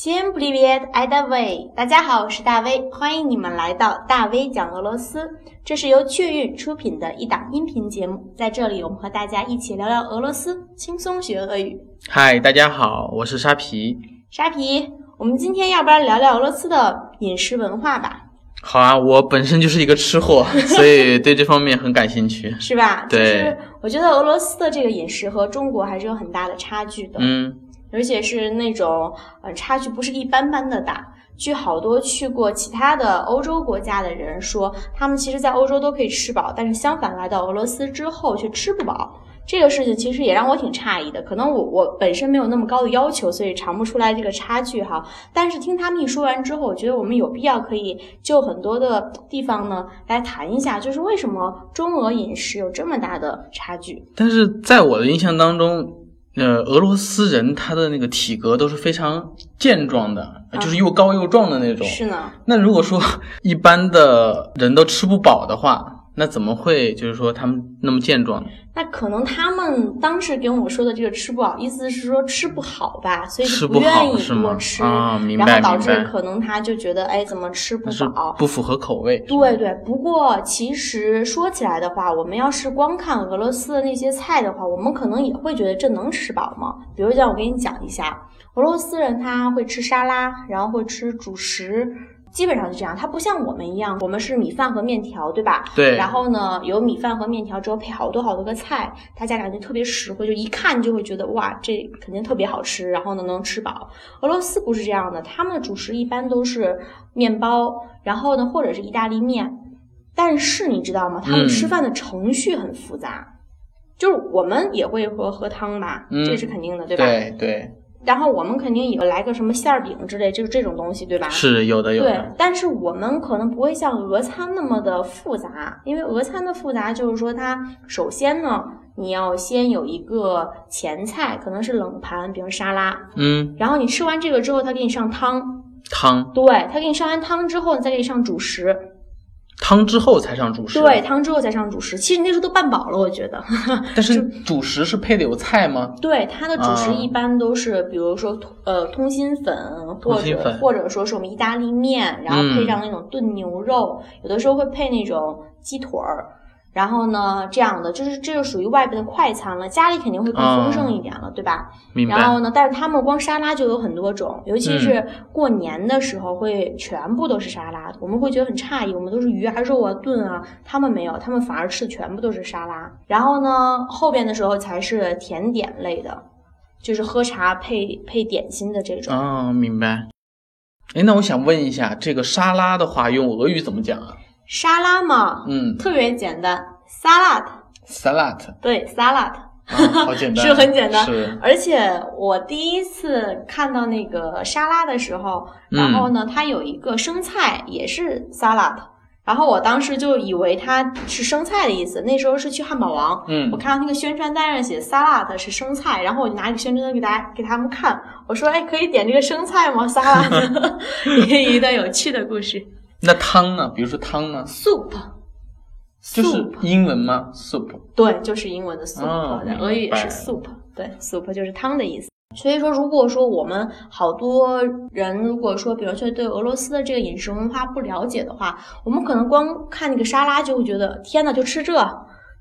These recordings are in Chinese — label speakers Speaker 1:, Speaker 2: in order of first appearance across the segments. Speaker 1: Привет, I 大卫。大家好，我是大威，欢迎你们来到大威讲俄罗斯。这是由雀韵出品的一档音频节目，在这里我们和大家一起聊聊俄罗斯，轻松学俄语。
Speaker 2: 嗨，大家好，我是沙皮。
Speaker 1: 沙皮，我们今天要不然聊聊俄罗斯的饮食文化吧？
Speaker 2: 好啊，我本身就是一个吃货， 所以对这方面很感兴趣。
Speaker 1: 是吧？就
Speaker 2: 对
Speaker 1: 是我觉得俄罗斯的这个饮食和中国还是有很大的差距的，
Speaker 2: 嗯，
Speaker 1: 而且是那种呃差距不是一般般的大。据好多去过其他的欧洲国家的人说，他们其实在欧洲都可以吃饱，但是相反来到俄罗斯之后却吃不饱。这个事情其实也让我挺诧异的，可能我我本身没有那么高的要求，所以尝不出来这个差距哈。但是听他们一说完之后，我觉得我们有必要可以就很多的地方呢来谈一下，就是为什么中俄饮食有这么大的差距？
Speaker 2: 但是在我的印象当中，呃，俄罗斯人他的那个体格都是非常健壮的，就是又高又壮的那种。
Speaker 1: 啊是呢，
Speaker 2: 那如果说一般的人都吃不饱的话，那怎么会就是说他们那么健壮呢？
Speaker 1: 那可能他们当时给我说的这个吃不好，意思是说吃不好吧，所以
Speaker 2: 吃
Speaker 1: 就
Speaker 2: 不
Speaker 1: 愿
Speaker 2: 好
Speaker 1: 意
Speaker 2: 是
Speaker 1: 多
Speaker 2: 吗？
Speaker 1: 吃，
Speaker 2: 啊，明
Speaker 1: 然后
Speaker 2: 白
Speaker 1: 导
Speaker 2: 明
Speaker 1: 致
Speaker 2: 白，
Speaker 1: 可能他就觉得哎怎么吃不
Speaker 2: 但是
Speaker 1: 饱。
Speaker 2: 不符合口味。
Speaker 1: 对对，不过其实说起来的话，我们要是光看俄罗斯的那些菜的话，我们可能也会觉得这能吃饱吗？比如像我给你讲一下，俄罗斯人他会吃沙拉，然后会吃主食，基本上就这样。他不像我们一样，我们是米饭和面条，对吧？
Speaker 2: 对，
Speaker 1: 然后呢，有米饭和面条之后配好多好多个菜，大家感觉特别实惠，就一看就会觉得哇，这肯定特别好吃，然后呢能吃饱。俄罗斯不是这样的，他们的主食一般都是面包，然后呢或者是意大利面。但是你知道吗？他们
Speaker 2: 嗯
Speaker 1: 吃饭的程序很复杂，就是我们也会喝喝汤吧，
Speaker 2: 嗯
Speaker 1: 这是肯定的，对吧？
Speaker 2: 对对
Speaker 1: 然后我们肯定也来个什么馅儿饼之类，就是这种东西，对吧？
Speaker 2: 是有的有
Speaker 1: 对
Speaker 2: 的，，
Speaker 1: 但是我们可能不会像俄餐那么的复杂，因为俄餐的复杂就是说，它首先呢，你要先有一个前菜，可能是冷盘，比如沙拉，
Speaker 2: 嗯，
Speaker 1: 然后你吃完这个之后，它给你上汤，
Speaker 2: 汤
Speaker 1: 对，它给你上完汤之后，再给你上主食，
Speaker 2: 汤之后才上主食。
Speaker 1: 对，汤之后再上主食。其实你那时候都半饱了，我觉得。
Speaker 2: 但是主食是配的有菜吗？
Speaker 1: 对，它的主食
Speaker 2: 啊
Speaker 1: 一般都是，比如说通呃通心粉，或
Speaker 2: 通心
Speaker 1: 者
Speaker 2: 粉嗯
Speaker 1: 或者说是我们意大利面，然后配上那种炖牛肉，有的时候会配那种鸡腿儿。然后呢，这样的就是这就属于外边的快餐了，家里肯定会更丰
Speaker 2: 嗯
Speaker 1: 盛一点了，对吧？
Speaker 2: 明
Speaker 1: 然后
Speaker 2: 白。嗯
Speaker 1: 呢，但是他们光沙拉就有很多种，尤其是过年的时候会全部都是沙拉，我们会觉得很诧异，我们都是鱼啊、肉啊、炖啊，他们没有，他们反而吃的全部都是沙拉。然后呢，后边的时候才是甜点类的，就是喝茶配配点心的这种。
Speaker 2: 哦，明白。哎，那我想问一下，这个沙拉的话，用俄语怎么讲啊？
Speaker 1: 沙拉嘛，
Speaker 2: 嗯
Speaker 1: 特别简单，salad，
Speaker 2: ，salad，
Speaker 1: 对，salad。
Speaker 2: 啊好简单，
Speaker 1: 是很简单
Speaker 2: 是，
Speaker 1: 而且我第一次看到那个沙拉的时候，
Speaker 2: 嗯
Speaker 1: 然后呢，它有一个生菜也是 salad，然后我当时就以为它是生菜的意思，那时候是去汉堡王。
Speaker 2: 嗯
Speaker 1: 我，看到那个宣传单上写 salad 是生菜，然后我就拿这个宣传单给大家给他们看，我说：“哎，可以点这个生菜吗？salad。” 也有一段有趣的故事。
Speaker 2: 那汤呢？比如说汤呢，
Speaker 1: soup，
Speaker 2: 就是英文吗？soup。
Speaker 1: 对，就是英文的 soup，、
Speaker 2: 嗯哦
Speaker 1: 对俄语也
Speaker 2: 明
Speaker 1: 是
Speaker 2: 白
Speaker 1: soup，对，soup 就是汤的意思。所以说，如果说我们好多人，如果说，比如说对俄罗斯的这个饮食文化不了解的话，我们可能光看那个沙拉就会觉得，天呐，就吃这，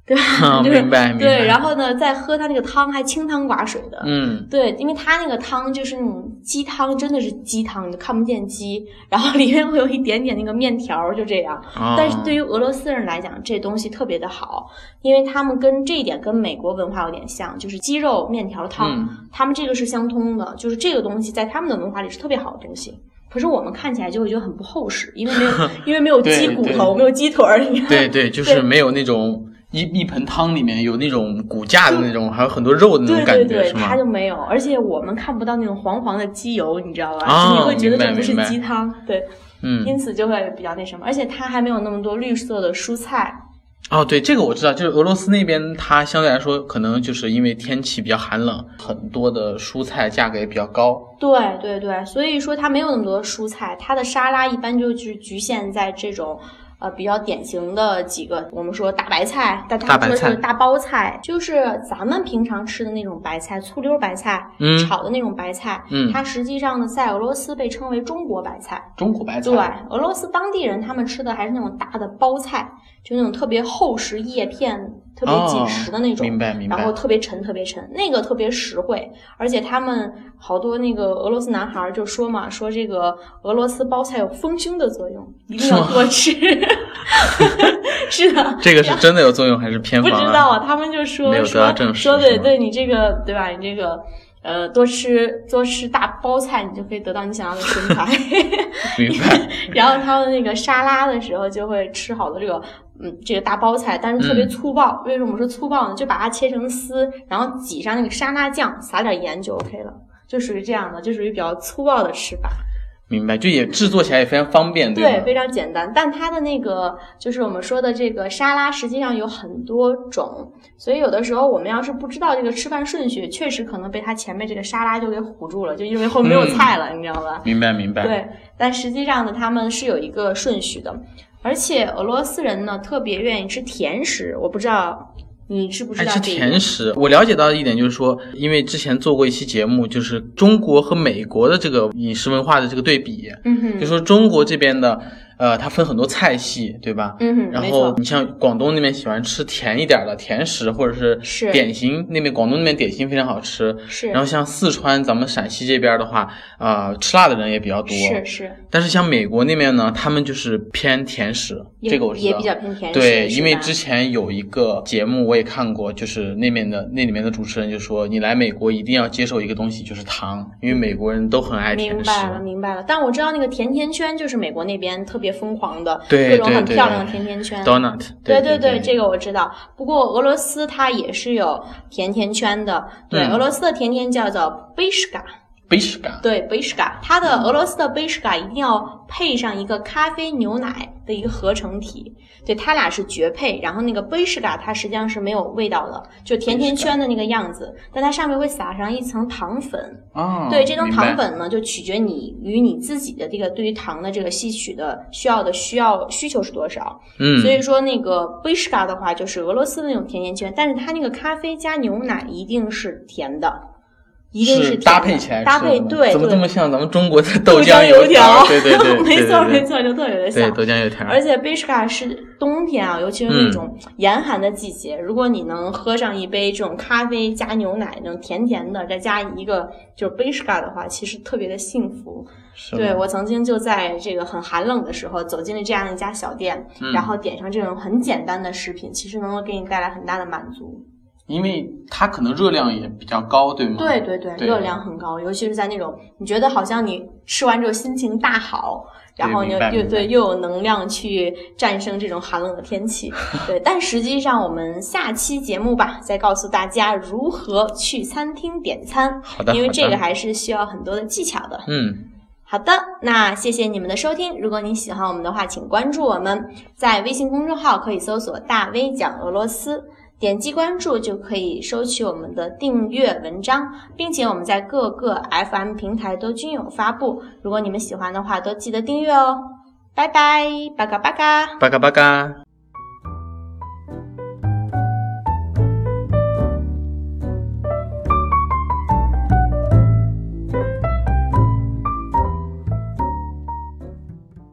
Speaker 1: 对吧？
Speaker 2: 啊，
Speaker 1: 就是
Speaker 2: 明白，明白。
Speaker 1: 对，然后呢，再喝它那个汤，还清汤寡水的。
Speaker 2: 嗯，
Speaker 1: 对，因为它那个汤就是那种鸡汤，真的是鸡汤，你都看不见鸡，然后里面会有一点点那个面条儿，就这样。
Speaker 2: 啊
Speaker 1: 但是对于俄罗斯人来讲，这东西特别的好，因为他们跟这一点跟美国文化有点像，就是鸡肉面条汤，
Speaker 2: 嗯，
Speaker 1: 他们这个是相通的，就是这个东西在他们的文化里是特别好的东西。可是我们看起来就会觉得很不厚实，因为 没有因为没有鸡
Speaker 2: 对
Speaker 1: 骨
Speaker 2: 对
Speaker 1: 头，没有鸡腿儿，你看。
Speaker 2: 对对，就是没有那种一一盆汤里面有那种骨架的那种，还有很多肉的那
Speaker 1: 对
Speaker 2: 种
Speaker 1: 对
Speaker 2: 感觉，
Speaker 1: 对，
Speaker 2: 是吗
Speaker 1: 它？就没有，而且我们看不到那种黄黄的鸡油，你知道吧？
Speaker 2: 啊
Speaker 1: 你会觉得
Speaker 2: 明
Speaker 1: 这
Speaker 2: 白
Speaker 1: 不是
Speaker 2: 明白
Speaker 1: 鸡汤，对，
Speaker 2: 嗯，
Speaker 1: 因此就会比较那什么，而且它还没有那么多绿色的蔬菜，
Speaker 2: 哦，对，这个我知道，就是俄罗斯那边，它相对来说可能就是因为天气比较寒冷，很多的蔬菜价格也比较高。
Speaker 1: 对对对，所以说它没有那么多蔬菜，它的沙拉一般就局局限在这种呃比较典型的几个，我们说大白菜，但
Speaker 2: 大
Speaker 1: 他
Speaker 2: 白
Speaker 1: 们说
Speaker 2: 菜
Speaker 1: 是大包菜，就是咱们平常吃的那种白菜，醋溜白菜，
Speaker 2: 嗯
Speaker 1: 炒的那种白菜，
Speaker 2: 嗯
Speaker 1: 它实际上呢在俄罗斯被称为中国白菜。
Speaker 2: 中国白菜，
Speaker 1: 对，俄罗斯当地人他们吃的还是那种大的包菜，就那种特别厚实、叶片特别紧实的那种。
Speaker 2: 哦、明白明白
Speaker 1: 然后。特别沉，特别沉，那个特别实惠，而且他们好多那个俄罗斯男孩儿就说嘛，说这个俄罗斯包菜有丰胸的作用，一定
Speaker 2: 是
Speaker 1: 要
Speaker 2: 吗
Speaker 1: 多吃。 是的，
Speaker 2: 这个是真的有作用还是 偏
Speaker 1: 不
Speaker 2: 方、啊？
Speaker 1: 知道啊，他们就说
Speaker 2: 没有得到
Speaker 1: 说
Speaker 2: 证实
Speaker 1: 说
Speaker 2: 是
Speaker 1: 对
Speaker 2: 吗
Speaker 1: 对，你这个对吧？你这个呃，多吃多吃大包菜，你就可以得到你想要的身材。
Speaker 2: 明白。
Speaker 1: 然后他们那个沙拉的时候就会吃好多这个，嗯，这个大包菜，但是特别
Speaker 2: 嗯
Speaker 1: 粗暴。为什么我们说粗暴呢？就把它切成丝，然后挤上那个沙拉酱，撒点盐就 OK 了，就属于这样的，就属于比较粗暴的吃法。
Speaker 2: 明白，就也制作起来也非常方便，
Speaker 1: 对，
Speaker 2: 吗？
Speaker 1: 非常简单。但它的那个就是我们说的这个沙拉，实际上有很多种，所以有的时候我们要是不知道这个吃饭顺序，确实可能被它前面这个沙拉就给唬住了，就因为后面没有
Speaker 2: 嗯
Speaker 1: 菜了，你知道吧？
Speaker 2: 明白明白。，哎
Speaker 1: 对，但实际上呢，他们是有一个顺序的，而且俄罗斯人呢特别愿意吃甜食，我不知道你知不知
Speaker 2: 哎，
Speaker 1: 道
Speaker 2: 吃
Speaker 1: 这一
Speaker 2: 甜
Speaker 1: 点
Speaker 2: 食，我了解到一点就是说，因为之前做过一期节目，就是中国和美国的这个饮食文化的这个对比，
Speaker 1: 嗯
Speaker 2: 就
Speaker 1: 哼，
Speaker 2: 说中国这边的，呃，它分很多菜系，对吧？
Speaker 1: 嗯哼，
Speaker 2: 然
Speaker 1: 没
Speaker 2: 后
Speaker 1: 错，
Speaker 2: 你像广东那边喜欢吃甜一点的甜食，或者是
Speaker 1: 是
Speaker 2: 点心，那边广东那边点心非常好吃。
Speaker 1: 是
Speaker 2: 然后像四川咱们陕西这边的话，呃，吃辣的人也比较多。
Speaker 1: 是是，
Speaker 2: 但是像美国那边呢，他们就是偏甜食，
Speaker 1: 也
Speaker 2: 这个我知道。
Speaker 1: 也比较偏甜食，
Speaker 2: 对，
Speaker 1: 是
Speaker 2: 因为
Speaker 1: 吧
Speaker 2: 之前有一个节目我也看过，就是那面的那里面的主持人就说，你来美国一定要接受一个东西，就是糖，因为美国人都很爱
Speaker 1: 明
Speaker 2: 甜食。
Speaker 1: 白了，明白了。但我知道那个甜甜圈就是美国那边特别疯狂的，
Speaker 2: 对
Speaker 1: 各种
Speaker 2: 对
Speaker 1: 很
Speaker 2: 对
Speaker 1: 漂亮的甜甜圈。
Speaker 2: Donut，
Speaker 1: 对
Speaker 2: 对
Speaker 1: 对，这
Speaker 2: 个
Speaker 1: 个我知道。不过俄罗斯它也是有甜甜圈的，对，
Speaker 2: 嗯
Speaker 1: 俄罗斯的甜甜叫做 b i s h k a
Speaker 2: b i s h k a
Speaker 1: 对 b i s h k a 它的俄罗斯的 b i s h k a 一定要配上一个咖啡牛奶的一个合成体，对，它俩是绝配。然后那个 b i s h k a 它实际上是没有味道的，就甜甜圈的那个样子，但它上面会撒上一层糖粉。
Speaker 2: 哦，
Speaker 1: 对，这层
Speaker 2: 明白
Speaker 1: 糖粉呢，就取决你与你自己的这个对于糖的这个吸取的需要的需要需求是多少。
Speaker 2: 嗯，
Speaker 1: 所以说那个 b i s h k a 的话，就是俄罗斯的那种甜甜圈，但是它那个咖啡加牛奶一定是甜的，一定
Speaker 2: 是
Speaker 1: 甜的
Speaker 2: 搭配起来吃的吗，
Speaker 1: 搭配对
Speaker 2: 怎么
Speaker 1: 对
Speaker 2: 这么像咱们中国的
Speaker 1: 豆
Speaker 2: 浆
Speaker 1: 油
Speaker 2: 条？
Speaker 1: 条，
Speaker 2: 对对 对，
Speaker 1: 没错
Speaker 2: 对对
Speaker 1: 没错，就特别的
Speaker 2: 对
Speaker 1: 像。
Speaker 2: 豆浆油条，
Speaker 1: 而且 b i s h k a 是冬天啊，尤其是那种
Speaker 2: 嗯
Speaker 1: 严寒的季节，如果你能喝上一杯这种咖啡加牛奶那种甜甜的，再加一个就是 b i s h k a 的话，其实特别的幸福。
Speaker 2: 是吗
Speaker 1: 对我曾经就在这个很寒冷的时候走进了这样一家小店，
Speaker 2: 嗯
Speaker 1: 然后点上这种很简单的食品，其实能够给你带来很大的满足。
Speaker 2: 因为它可能热量也比较高，对吗？
Speaker 1: 对对对，
Speaker 2: 对
Speaker 1: 热量很高，尤其是在那种你觉得好像你吃完之后心情大好，然后
Speaker 2: 对
Speaker 1: 呢
Speaker 2: 明白
Speaker 1: 又
Speaker 2: 明白
Speaker 1: 对又有能量去战胜这种寒冷的天 气。对，但实际上我们下期节目吧，再告诉大家如何去餐厅点餐，
Speaker 2: 好的，
Speaker 1: 因为
Speaker 2: 好的
Speaker 1: 这个还是需要很多的技巧的。
Speaker 2: 嗯，
Speaker 1: 好的，那谢谢你们的收听。如果您喜欢我们的话，请关注我们，在微信公众号可以搜索“大 V 讲俄罗斯”，点击关注就可以收取我们的订阅文章，并且我们在各个 FM 平台都均有发布。如果你们喜欢的话，都记得订阅哦。拜拜，巴嘎巴嘎。
Speaker 2: 巴嘎巴嘎。